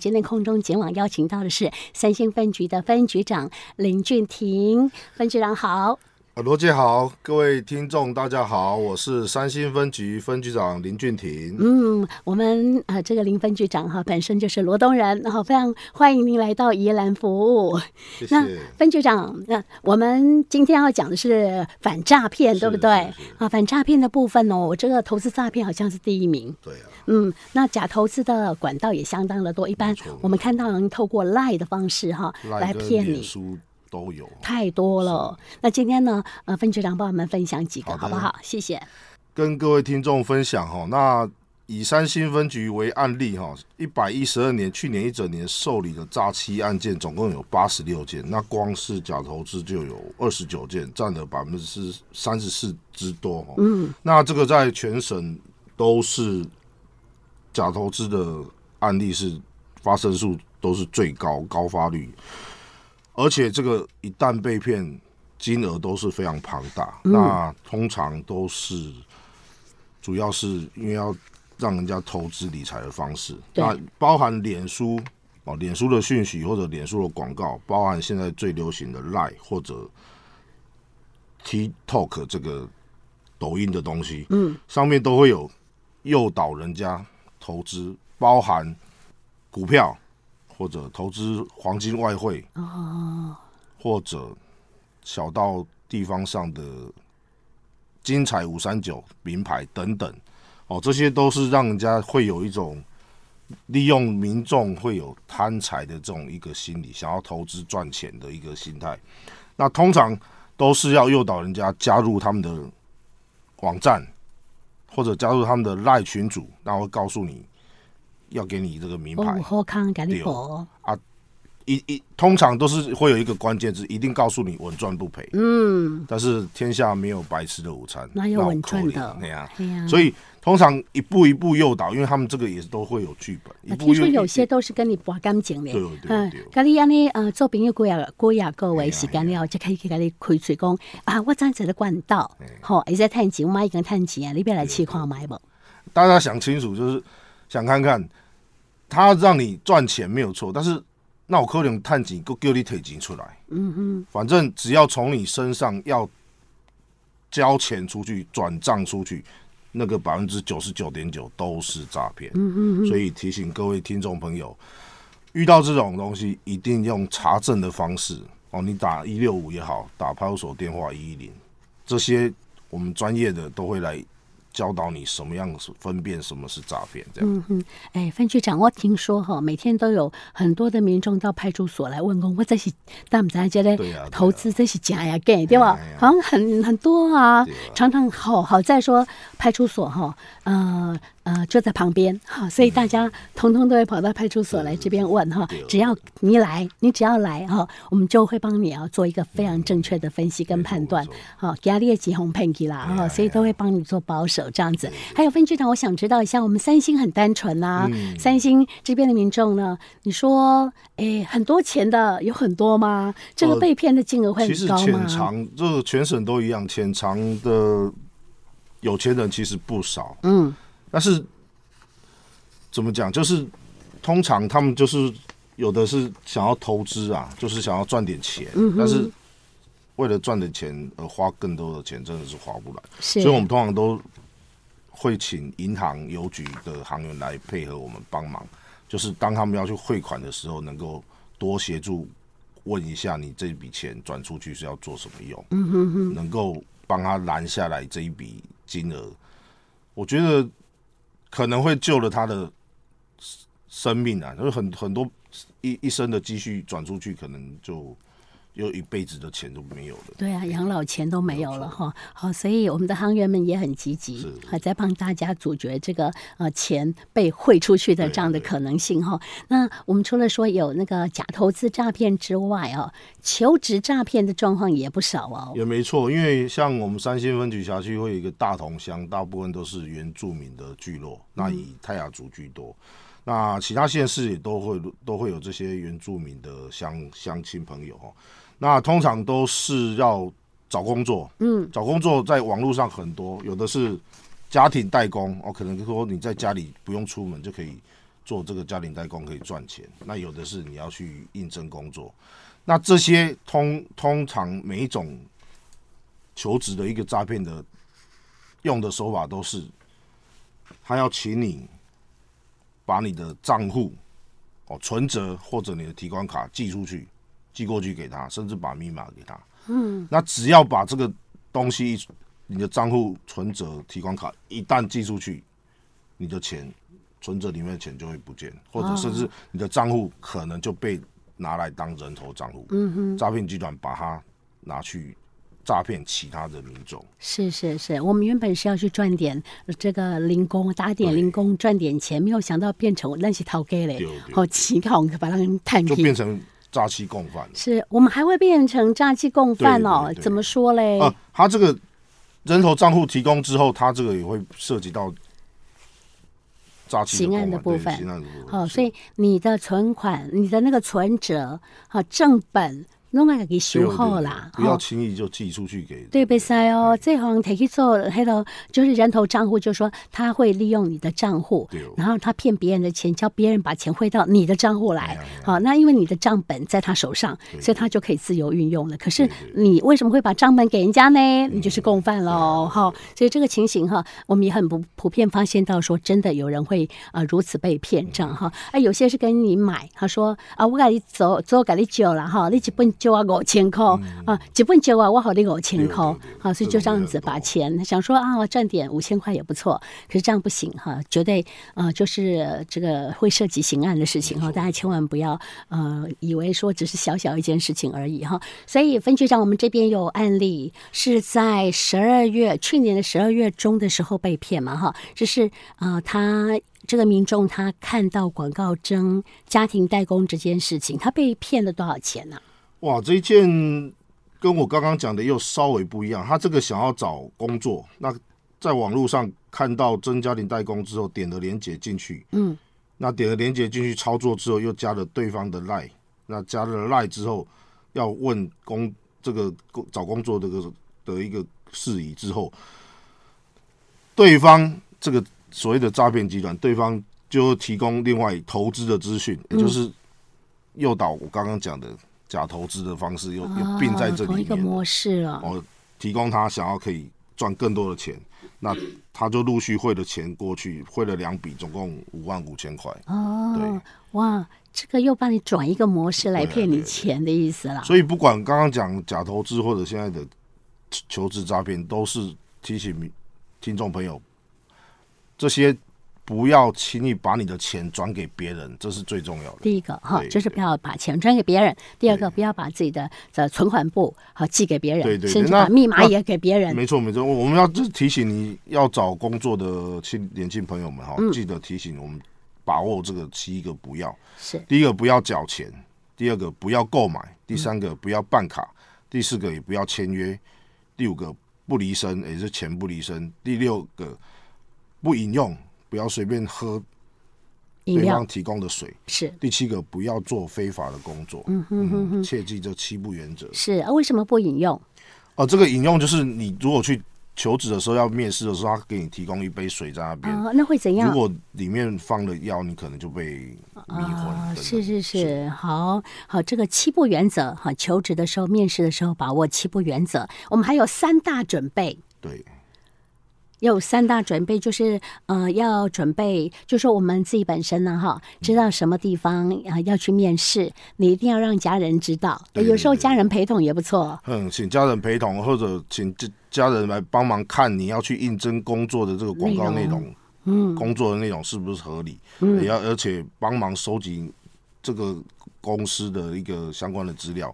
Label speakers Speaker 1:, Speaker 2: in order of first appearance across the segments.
Speaker 1: 今天空中前往邀请到的是三星分局的分局长林俊廷，分局长好。
Speaker 2: 呃罗姐好，各位听众大家好，我是三星分局分局长林俊廷。
Speaker 1: 嗯，我们啊、呃这个林分局长哈、本身就是罗东人，然后非常欢迎您来到宜兰服务。
Speaker 2: 谢
Speaker 1: 那
Speaker 2: 谢。
Speaker 1: 分局长，那、我们今天要讲的是反诈骗，对不
Speaker 2: 是
Speaker 1: 对
Speaker 2: 是是？
Speaker 1: 啊，反诈骗的部分哦，这个投资诈骗好像是第一名。
Speaker 2: 对啊，
Speaker 1: 嗯，那假投资的管道也相当的多，一般我们看到人透过赖的方式哈来
Speaker 2: 赖跟
Speaker 1: 骗
Speaker 2: 脸
Speaker 1: 你。
Speaker 2: 书都有。
Speaker 1: 太多了。那今天呢，呃，分局长帮我们分享几个，
Speaker 2: 好的
Speaker 1: 好不好？谢谢。
Speaker 2: 跟各位听众分享哈、那以三星分局为案例哈、一百一十二年去年一整年受理的诈欺案件总共有八十六件，那光是假投资就有二十九件，占了百分之三十四之多哈、嗯，那这个在全省都是假投资的案例是发生数都是最高高发率，而且这个一旦被骗。金额都是非常庞大，那通常都是主要是因为要让人家投资理财的方式，
Speaker 1: 对
Speaker 2: 那包含脸书哦，脸书的讯息或者脸书的广告，包含现在最流行的 Line 或者 TikTok 这个抖音的东西，嗯，上面都会有诱导人家投资，包含股票或者投资黄金外汇哦，或者小到地方上的金彩五三九名牌等等，哦，这些都是让人家会有一种利用民众会有贪财的这种一个心理，想要投资赚钱的一个心态。那通常都是要诱导人家加入他们的网站，或者加入他们的赖群组，那会告诉你要给你这个名
Speaker 1: 哦
Speaker 2: 牌，。
Speaker 1: 好康给你
Speaker 2: 对
Speaker 1: 博，
Speaker 2: 一一通常都是会有一个关键字，一定告诉你稳赚不赔。
Speaker 1: 嗯，
Speaker 2: 但是天下没有白吃的午餐，
Speaker 1: 哪有稳赚的
Speaker 2: 那样、
Speaker 1: 对呀、
Speaker 2: 啊所以通常一步一步诱导，因为他们这个也都会有剧本，一
Speaker 1: 啊。
Speaker 2: 步
Speaker 1: 听
Speaker 2: 又
Speaker 1: 说
Speaker 2: 一
Speaker 1: 有些都是跟你博感情的
Speaker 2: 对哦对，对
Speaker 1: 嗯，跟你安尼呃做朋友过呀过呀啊各
Speaker 2: 哎
Speaker 1: 位
Speaker 2: 呀哎
Speaker 1: 时间了，就可以去跟你开嘴讲啊，我赚钱的管道，好，会使趁钱，我妈已经趁钱啊，你别来试看买无？
Speaker 2: 大家想清楚，就是想看看他让你赚钱没有错，但是那我可能探井够叫你退钱出来，嗯哼，反正只要从你身上要交钱出去、转账出去，那个百分之九十九点九都是诈骗，嗯嗯，所以提醒各位听众朋友，遇到这种东西一定用查证的方式哦，你打一六五也好，打派出所电话一一零，这些我们专业的都会来教导你什么样是分辨什么是诈骗，这样、
Speaker 1: 哎，分局长，我听说哈，每天都有很多的民众到派出所来问公，我这是，但不知这个
Speaker 2: 对啊对啊
Speaker 1: 投资这是假呀，假对吧
Speaker 2: 哎呀？
Speaker 1: 好像很很多啊
Speaker 2: 对啊，
Speaker 1: 常常好好在说派出所哈，呃呃就在旁边哈，所以大家通通都会跑到派出所来这边问哈
Speaker 2: 嗯对啊，
Speaker 1: 只要你来，你只要来哈，我们就会帮你啊做一个非常正确的分析跟
Speaker 2: 没错
Speaker 1: 判
Speaker 2: 没
Speaker 1: 断
Speaker 2: 错，
Speaker 1: 好，给他列几红骗去啦
Speaker 2: 哎呀
Speaker 1: 哈，所以
Speaker 2: 哎呀
Speaker 1: 都会帮你做保守这样
Speaker 2: 嗯
Speaker 1: 子。还有分局长，我想知道一下，我们三星很单纯呐、
Speaker 2: 嗯
Speaker 1: 三星这边的民众呢，你说，诶，很多钱的有很多吗？这个
Speaker 2: 呃
Speaker 1: 被骗的金额会
Speaker 2: 其实
Speaker 1: 很高
Speaker 2: 潜
Speaker 1: 吗？
Speaker 2: 藏这个全省都一样，潜藏的有钱人其实不少，
Speaker 1: 嗯，
Speaker 2: 但是怎么讲，就是通常他们就是有的是想要投资啊，就是想要赚点钱，
Speaker 1: 嗯
Speaker 2: 但是为了赚点钱而花更多的钱，真的是花不来。
Speaker 1: 是
Speaker 2: 所以我们通常都会请银行、邮局的行员来配合我们帮忙，就是当他们要去汇款的时候，能够多协助问一下你这笔钱转出去是要做什么用，嗯哼哼，能够帮他拦下来这一笔金额，我觉得可能会救了他的生命啊，就是很很多一一生的积蓄转出去，可能就有一辈子的钱都没有了。
Speaker 1: 对啊，养老钱都没有
Speaker 2: 没
Speaker 1: 了
Speaker 2: 有
Speaker 1: 哈。好，所以我们的行员们也很积极
Speaker 2: 是，
Speaker 1: 还在帮大家阻绝这个呃钱被汇出去的
Speaker 2: 对啊
Speaker 1: 这样的
Speaker 2: 对啊
Speaker 1: 可能性哈。那我们除了说有那个假投资诈骗之外哦，求职诈骗的状况也不少哦。
Speaker 2: 也没错，因为像我们三星分局辖区会有一个大同乡，大部分都是原住民的聚落，那以泰雅族居多。那其他县市也都会都会有这些原住民的乡乡亲朋友哦。那通常都是要找工作，嗯，找工作在网络上很多，有的是家庭代工哦，可能说你在家里不用出门就可以做这个家庭代工可以赚钱，那有的是你要去应征工作。那这些通通常每一种求职的一个诈骗的用的手法都是，他要请你把你的账户哦存折或者你的提款卡寄出去，寄过去给他，甚至把密码给他。嗯，那只要把这个东西一，你的账户、存折、提款卡一旦寄出去，你的钱存折里面的钱就会不见，
Speaker 1: 哦
Speaker 2: 或者甚至你的账户可能就被拿来当人头账户。嗯哼，诈骗集团把它拿去诈骗其他的民众。
Speaker 1: 是是是，我们原本是要去赚点呃这个零工，打点零工赚点钱，没有想到变成那些逃给嘞
Speaker 2: 对对，
Speaker 1: 好乞讨，把他们摊
Speaker 2: 就
Speaker 1: 平
Speaker 2: 变。成诈欺共犯了。
Speaker 1: 是我们还会变成诈欺共犯哦
Speaker 2: 对对？对
Speaker 1: 怎么说嘞？
Speaker 2: 啊，他这个人头账户提供之后，他这个也会涉及到诈欺
Speaker 1: 刑案的
Speaker 2: 共
Speaker 1: 部分
Speaker 2: 犯对刑案的部分。
Speaker 1: 哦，
Speaker 2: 是
Speaker 1: 所以你的存款、你的那个存折、好、正本，弄个给
Speaker 2: 对
Speaker 1: 修
Speaker 2: 对
Speaker 1: 好
Speaker 2: 对
Speaker 1: 啦。
Speaker 2: 不要
Speaker 1: 哦
Speaker 2: 轻易就寄出去给。
Speaker 1: 对，被塞哦，这行提去做黑头，就是人头账户，就说他会利用你的账户
Speaker 2: 对哦，
Speaker 1: 然后他骗别人的钱，叫别人把钱汇到你的账户
Speaker 2: 哎
Speaker 1: 来。好、那因为你的账本在他手上，所以他就可以自由运用了。可是你为什么会把账本给人家呢？
Speaker 2: 嗯
Speaker 1: 你就是共犯喽，
Speaker 2: 啊
Speaker 1: 哈、所以这个情形哈，我们也很不普遍发现到说，真的有人会呃如此被骗这样哈。
Speaker 2: 嗯
Speaker 1: 哎、有些是跟你买，他说啊，我给你走走给你借了哈，你一本借我五千块、啊，一本借我我好你五千块，
Speaker 2: 对
Speaker 1: 好
Speaker 2: 对对、
Speaker 1: 啊所以就这样子
Speaker 2: 这种也很多
Speaker 1: 把钱想说啊，我赚点五千块也不错，可是这样不行哈，绝对呃就是呃这个会涉及刑案的事情哈，大家千万不要呃以为说只是小小一件事情而已哈。所以分局长，我们这边有案例是在十二月去年的十二月中的时候被骗嘛哈，就是呃他。这个民众他看到广告征家庭代工这件事情，他被骗了多少钱呢、啊
Speaker 2: 哇，这一件跟我刚刚讲的又稍微不一样。他这个想要找工作，那在网络上看到真家庭代工之后，点了连接进去，
Speaker 1: 嗯，
Speaker 2: 那点了连接进去操作之后，又加了对方的赖，那加了赖之后，要问工这个工找工作这个的一个事宜之后，对方这个所谓的诈骗集团，对方就提供另外投资的资讯，
Speaker 1: 嗯
Speaker 2: 也就是诱导我刚刚讲的假投资的方式，又又并在这
Speaker 1: 哦同一
Speaker 2: 里
Speaker 1: 个
Speaker 2: 面，啊
Speaker 1: 模式啊了。
Speaker 2: 哦，提供他想要可以赚更多的钱，那他就陆续汇了钱过去，汇了两笔，总共五万五千块。
Speaker 1: 哦
Speaker 2: 对，
Speaker 1: 哇，这个又帮你转一个模式来
Speaker 2: 对啊
Speaker 1: 骗你
Speaker 2: 对啊
Speaker 1: 钱的意思啦。
Speaker 2: 所以不管刚刚讲假投资或者现在的求职诈骗，都是提醒民听众朋友，这些不要轻易把你的钱转给别人，这是最重要的。
Speaker 1: 第一个哈，
Speaker 2: 对
Speaker 1: 就是不要把钱转给别人；第二个，不要把自己的的存款簿好寄给别人，
Speaker 2: 对对对
Speaker 1: 甚至
Speaker 2: 那
Speaker 1: 把密码
Speaker 2: 那
Speaker 1: 也给别人。
Speaker 2: 没错没错，我我们要就是提醒你要找工作的亲年轻朋友们哈，
Speaker 1: 嗯
Speaker 2: 记得提醒我们把握这个七个不要。
Speaker 1: 是
Speaker 2: 第一个不要缴钱，第二个不要购
Speaker 1: 嗯
Speaker 2: 买，第三个不要办卡，第四个也不要签约，第五个不离身，也是钱不离身，第六个不饮用，不要随便喝
Speaker 1: 饮
Speaker 2: 对
Speaker 1: 料
Speaker 2: 方提供的水，
Speaker 1: 是。
Speaker 2: 第七个不要做非法的工作，嗯哼哼哼切记这七不原则。
Speaker 1: 是啊，为什么不饮用？
Speaker 2: 哦，这个饮用就是你如果去求职的时候要面试的时候，他给你提供一杯水在那边。
Speaker 1: 啊、那会怎样
Speaker 2: 如？果里面放了药，你可能就被迷昏
Speaker 1: 啊
Speaker 2: 等等。
Speaker 1: 是是是，好好，这个七步原则哈，求职的时候、面试的时候把握七步原则。我们还有三大准备，
Speaker 2: 对，
Speaker 1: 有三大准备，就是呃，要准备，就说我们自己本身呢，哈，知道什么地方啊、呃要去面试，你一定要让家人知道。
Speaker 2: 对
Speaker 1: 有时候
Speaker 2: 对对
Speaker 1: 家人陪同也不错。
Speaker 2: 嗯，请家人陪同，或者请家家人来帮忙看你要去应征工作的这个广告
Speaker 1: 内
Speaker 2: 内
Speaker 1: 容
Speaker 2: 容，嗯，工作的内容是不是合理？嗯，也要而且帮忙收集这个公司的一个相关的资料，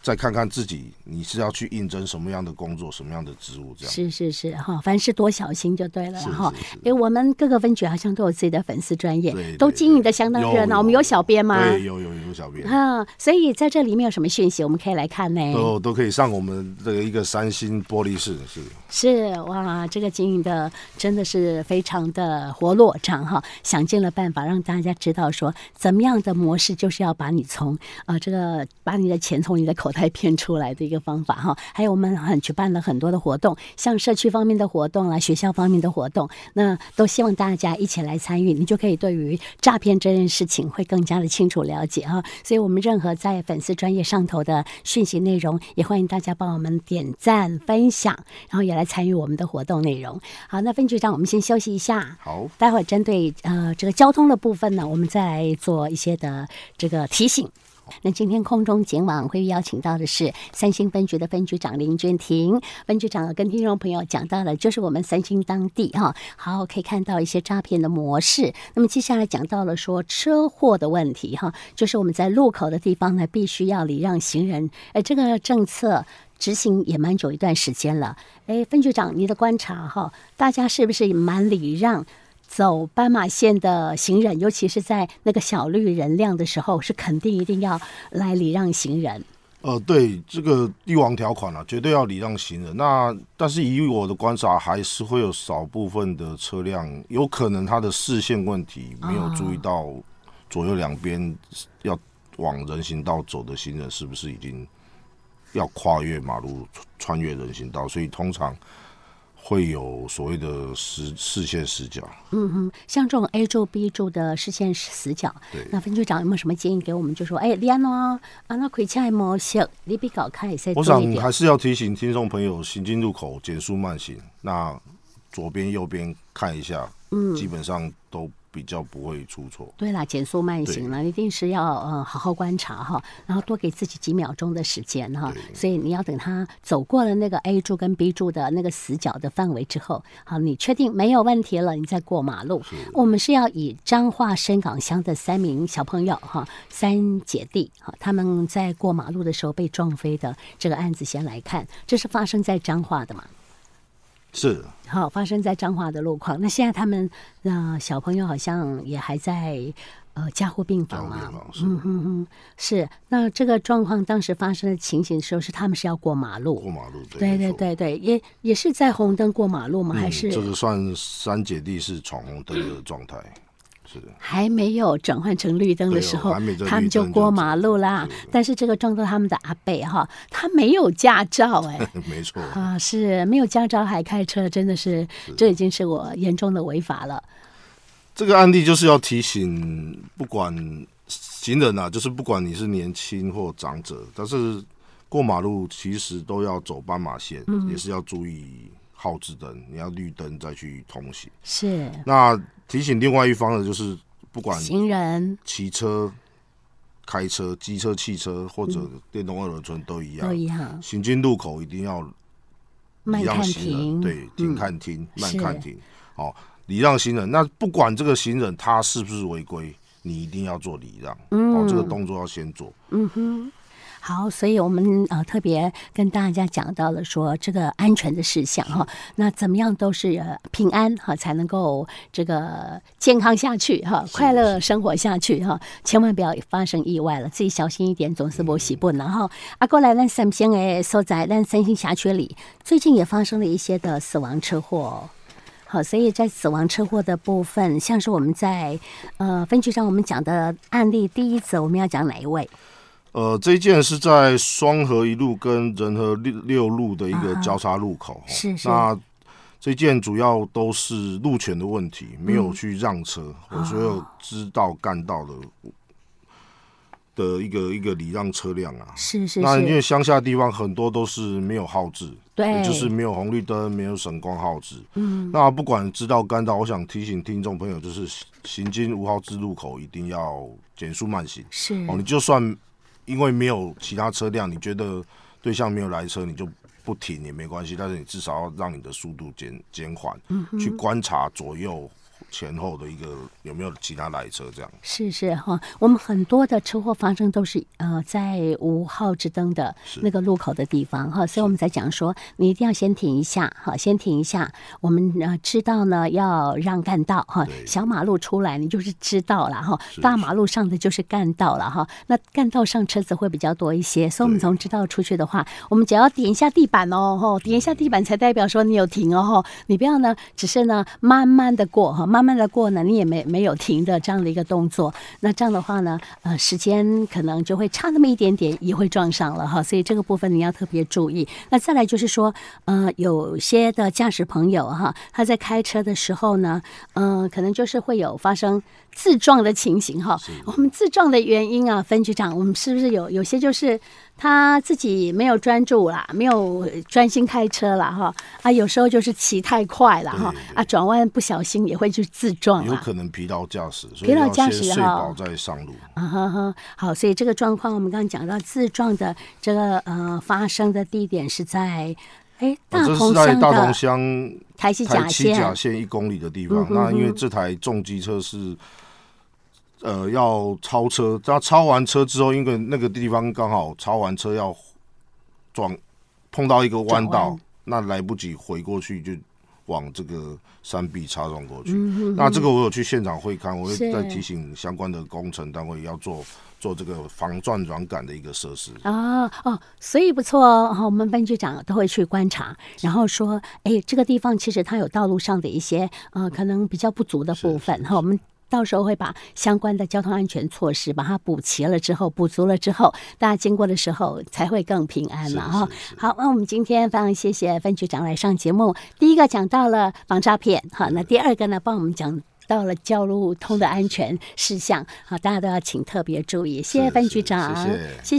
Speaker 2: 再看看自己你是要去应征什么样的工作，什么样的职务，这样。
Speaker 1: 是是是，哈，凡事多小心就对了啦
Speaker 2: 啊是
Speaker 1: 哈
Speaker 2: 是是。
Speaker 1: 因为我们各个分局好像都有自己的粉丝专业
Speaker 2: 对，
Speaker 1: 都
Speaker 2: 对
Speaker 1: 经营的相当
Speaker 2: 有
Speaker 1: 热闹。
Speaker 2: 有
Speaker 1: 我们有小编吗？
Speaker 2: 对，有有有目小编，
Speaker 1: 啊，所以在这里面有什么讯息，我们可以来看呢？
Speaker 2: 都都可以上我们这个一个三星玻璃室是。
Speaker 1: 是哇，这个经营的真的是非常的活络账哈，想尽了办法让大家知道说怎么样的模式就是要把你从呃这个把你的钱从你的口袋骗出来的一个方法哈。还有我们很举办了很多的活动，像社区方面的活动啦，学校方面的活动，那都希望大家一起来参与，你就可以对于诈骗这件事情会更加的清楚了解哈。所以我们任何在粉丝专业上头的讯息内容，也欢迎大家帮我们点赞分享。然后也来参与我们的活动内容。好，那分局长，我们先休息一下，
Speaker 2: 好，
Speaker 1: 待会儿针对呃这个交通的部分呢，我们再来做一些的这个提醒。那今天空中警网会邀请到的是三星分局的分局长林娟婷，分局长呃跟听众朋友讲到了，就是我们三星当地哈、好可以看到一些诈骗的模式。那么接下来讲到了说车祸的问题哈、就是我们在路口的地方呢，必须要礼让行人，呃，这个政策。执行也蛮久一段时间了，哎，分局长，你的观察哈，大家是不是蛮礼让走斑马线的行人，尤其是在那个小绿人亮的时候，是肯定一定要来礼让行人。
Speaker 2: 呃，对这个帝王条款啊，绝对要礼让行人。那但是以我的观察，还是会有少部分的车辆，有可能他的视线问题没有注意到左右两边要往人行道走的行人是不是已经要跨越马路、穿穿越人行道，所以通常会有所谓的视视线死角。
Speaker 1: 像这种 A 柱、B 柱的视线死角
Speaker 2: 对，
Speaker 1: 那分局长有没有什么建议给我们？就说，哎，你安哦，啊，那开车模式，你比搞开再
Speaker 2: 我
Speaker 1: 多
Speaker 2: 想
Speaker 1: 一点。
Speaker 2: 还是要提醒听众朋友，行进路口减速慢行，那左边右边看一下，嗯，基本上都比较不会出错。
Speaker 1: 对啦，减速慢行了，一定是要呃好好观察哈，然后多给自己几秒钟的时间哈。所以你要等他走过了那个 A 柱跟 B 柱的那个死角的范围之后，好，你确定没有问题了，你再过马路。我们是要以彰化深港乡的三名小朋友哈，三姐弟哈，他们在过马路的时候被撞飞的这个案子先来看，这是发生在彰化的嘛？
Speaker 2: 是，
Speaker 1: 好，发生在彰化的路况。那现在他们呃小朋友好像也还在呃加护病
Speaker 2: 这
Speaker 1: 房
Speaker 2: 样
Speaker 1: 嘛、
Speaker 2: 地
Speaker 1: 啊，
Speaker 2: 方是
Speaker 1: 是。那这个状况当时发生的情形的时候，是他们是要过马
Speaker 2: 过
Speaker 1: 路，
Speaker 2: 马路，对
Speaker 1: 对
Speaker 2: 没
Speaker 1: 对
Speaker 2: 错，
Speaker 1: 对对，也也是在红灯过马路吗？还
Speaker 2: 嗯
Speaker 1: 是
Speaker 2: 这个算三姐弟是闯红灯的状态，是的，
Speaker 1: 还没有转换成绿灯的时候，
Speaker 2: 对哦还没这绿灯
Speaker 1: 他们就过马路啦
Speaker 2: 就走。
Speaker 1: 但是这个撞到他们的阿贝哈，他没有驾照哎、
Speaker 2: 没错，
Speaker 1: 啊，是没有驾照还开车，真的是，这已经是我严重的违法了。
Speaker 2: 这个案例就是要提醒，不管行人啊，就是不管你是年轻或长者，但是过马路其实都要走斑马线，
Speaker 1: 嗯
Speaker 2: 也是要注意号志灯，你要绿灯再去通行。
Speaker 1: 是
Speaker 2: 那提醒另外一方的就是，不管
Speaker 1: 行人
Speaker 2: 骑车、开车、机车、汽车或者电动二轮车都一样
Speaker 1: 都，一样，
Speaker 2: 行进路口一定要
Speaker 1: 慢
Speaker 2: 礼让
Speaker 1: 看
Speaker 2: 行
Speaker 1: 停，嗯
Speaker 2: 人，对，停看停，慢
Speaker 1: 是
Speaker 2: 看停，哦，礼让行人。那不管这个行人他是不是违规，你一定要做礼让，
Speaker 1: 嗯
Speaker 2: 哦，这个动作要先做。
Speaker 1: 好，所以我们呃特别跟大家讲到了说这个安全的事项哈，那怎么样都是呃平安哈，才能够这个健康下去哈，快乐生活下去哈，千万不要发生意外了，自己小心一点，总是不喜不然后啊，过来咱三星诶所在，咱三星辖区里最近也发生了一些的死亡车祸哦、好，所以在死亡车祸的部分，像是我们在呃分局上我们讲的案例，第一则我们要讲哪一位？
Speaker 2: 呃，这一件是在双河一路跟仁和六六路的一个交叉路口，哦
Speaker 1: 嗯是是
Speaker 2: 那这件主要都是路权的问题，
Speaker 1: 嗯
Speaker 2: 没有去让车，我所
Speaker 1: 哦
Speaker 2: 有知道干道的的一个一个礼让车辆啊，
Speaker 1: 是是
Speaker 2: 那因
Speaker 1: 是，哎
Speaker 2: 为乡下地方很多都是没有号志，
Speaker 1: 对
Speaker 2: 也就是没有红绿灯，没有闪光号志。嗯，那不管知道干道，我想提醒听众朋友，就是行行经无号志路口一定要减速慢行。
Speaker 1: 是
Speaker 2: 哦，你就算因为没有其他车辆，你觉得对象没有来车，你就不
Speaker 1: 嗯
Speaker 2: 停也没关系，但是你至少要让你的速度减减缓，去观察左右前后的一个有没有其他来车这样。
Speaker 1: 是是哈、我们很多的车祸发生都是呃在无号之灯的那个路口的地方哈，所以我们才讲说你一定要先停一下哈，先停一下。我们呃知道呢要让干道哈，
Speaker 2: 对
Speaker 1: 小马路出来你就是知道了哈，
Speaker 2: 是
Speaker 1: 大马路上的就是干道了哈。那干道上车子会比较多一些，所以我们
Speaker 2: 对
Speaker 1: 从知道出去的话，我们只要点一下地板哦吼，点一下地板才代表说你有停哦吼，你不要呢，只是呢慢慢的过哈，慢慢的过呢，你也没没有停的这样的一个动作，那这样的话呢，呃，时间可能就会差那么一点点，也会撞上了哈。所以这个部分你要特别注意。那再来就是说，呃，有些的驾驶朋友哈，他在开车的时候呢，嗯、可能就是会有发生自撞的情形哈。我们自撞的原因啊，分局长，我们是不是有有些就是他自己没有专注啦，没有专心开车啦哈啊，有时候就是骑太快了哈
Speaker 2: 对对
Speaker 1: 啊，转弯不小心也会去自撞
Speaker 2: 有
Speaker 1: 啦。
Speaker 2: 可能疲劳驾驶，
Speaker 1: 嗯
Speaker 2: 所
Speaker 1: 疲
Speaker 2: 以
Speaker 1: 劳
Speaker 2: 要
Speaker 1: 驾
Speaker 2: 先
Speaker 1: 驶
Speaker 2: 睡
Speaker 1: 哈
Speaker 2: 饱再上路。
Speaker 1: 啊哈哈，好，所以这个状况我们刚刚讲到自撞的这个呃发生的地点是在哎大
Speaker 2: 啊这
Speaker 1: 同
Speaker 2: 是在
Speaker 1: 乡
Speaker 2: 大同
Speaker 1: 的
Speaker 2: 乡
Speaker 1: 台西
Speaker 2: 台
Speaker 1: 甲啊
Speaker 2: 七甲
Speaker 1: 线，嗯
Speaker 2: 线一公里的地方。那因为这台重机车是。呃，要超车，它超完车之后，因为那个地方刚好超完车要撞碰到一个弯
Speaker 1: 转
Speaker 2: 道
Speaker 1: 弯，
Speaker 2: 那来不及回过去，就往这个山壁擦撞过去。那这个我有去现场会勘，我会
Speaker 1: 嗯是
Speaker 2: 再提醒相关的工程单位要做做这个防撞软杆的一个设施。
Speaker 1: 啊哦，所以不错哦。好我们分局长都会去观察，然后说，哎，这个地方其实它有道路上的一些呃，可能比较不足的部分哈。我们到时候会把相关的交通安全措施把它补齐了之后，补足了之后，大家经过的时候才会更平安嘛哈。好，那我们今天非常谢谢分局长来上节目。第一个讲到了防诈骗，好，那第二个呢，帮我们讲。到了交路通的安全事项，好，大家都要请特别注意。谢谢
Speaker 2: 是
Speaker 1: 范局
Speaker 2: 是
Speaker 1: 长，
Speaker 2: 谢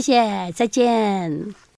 Speaker 1: 谢
Speaker 2: 谢
Speaker 1: 谢，再见。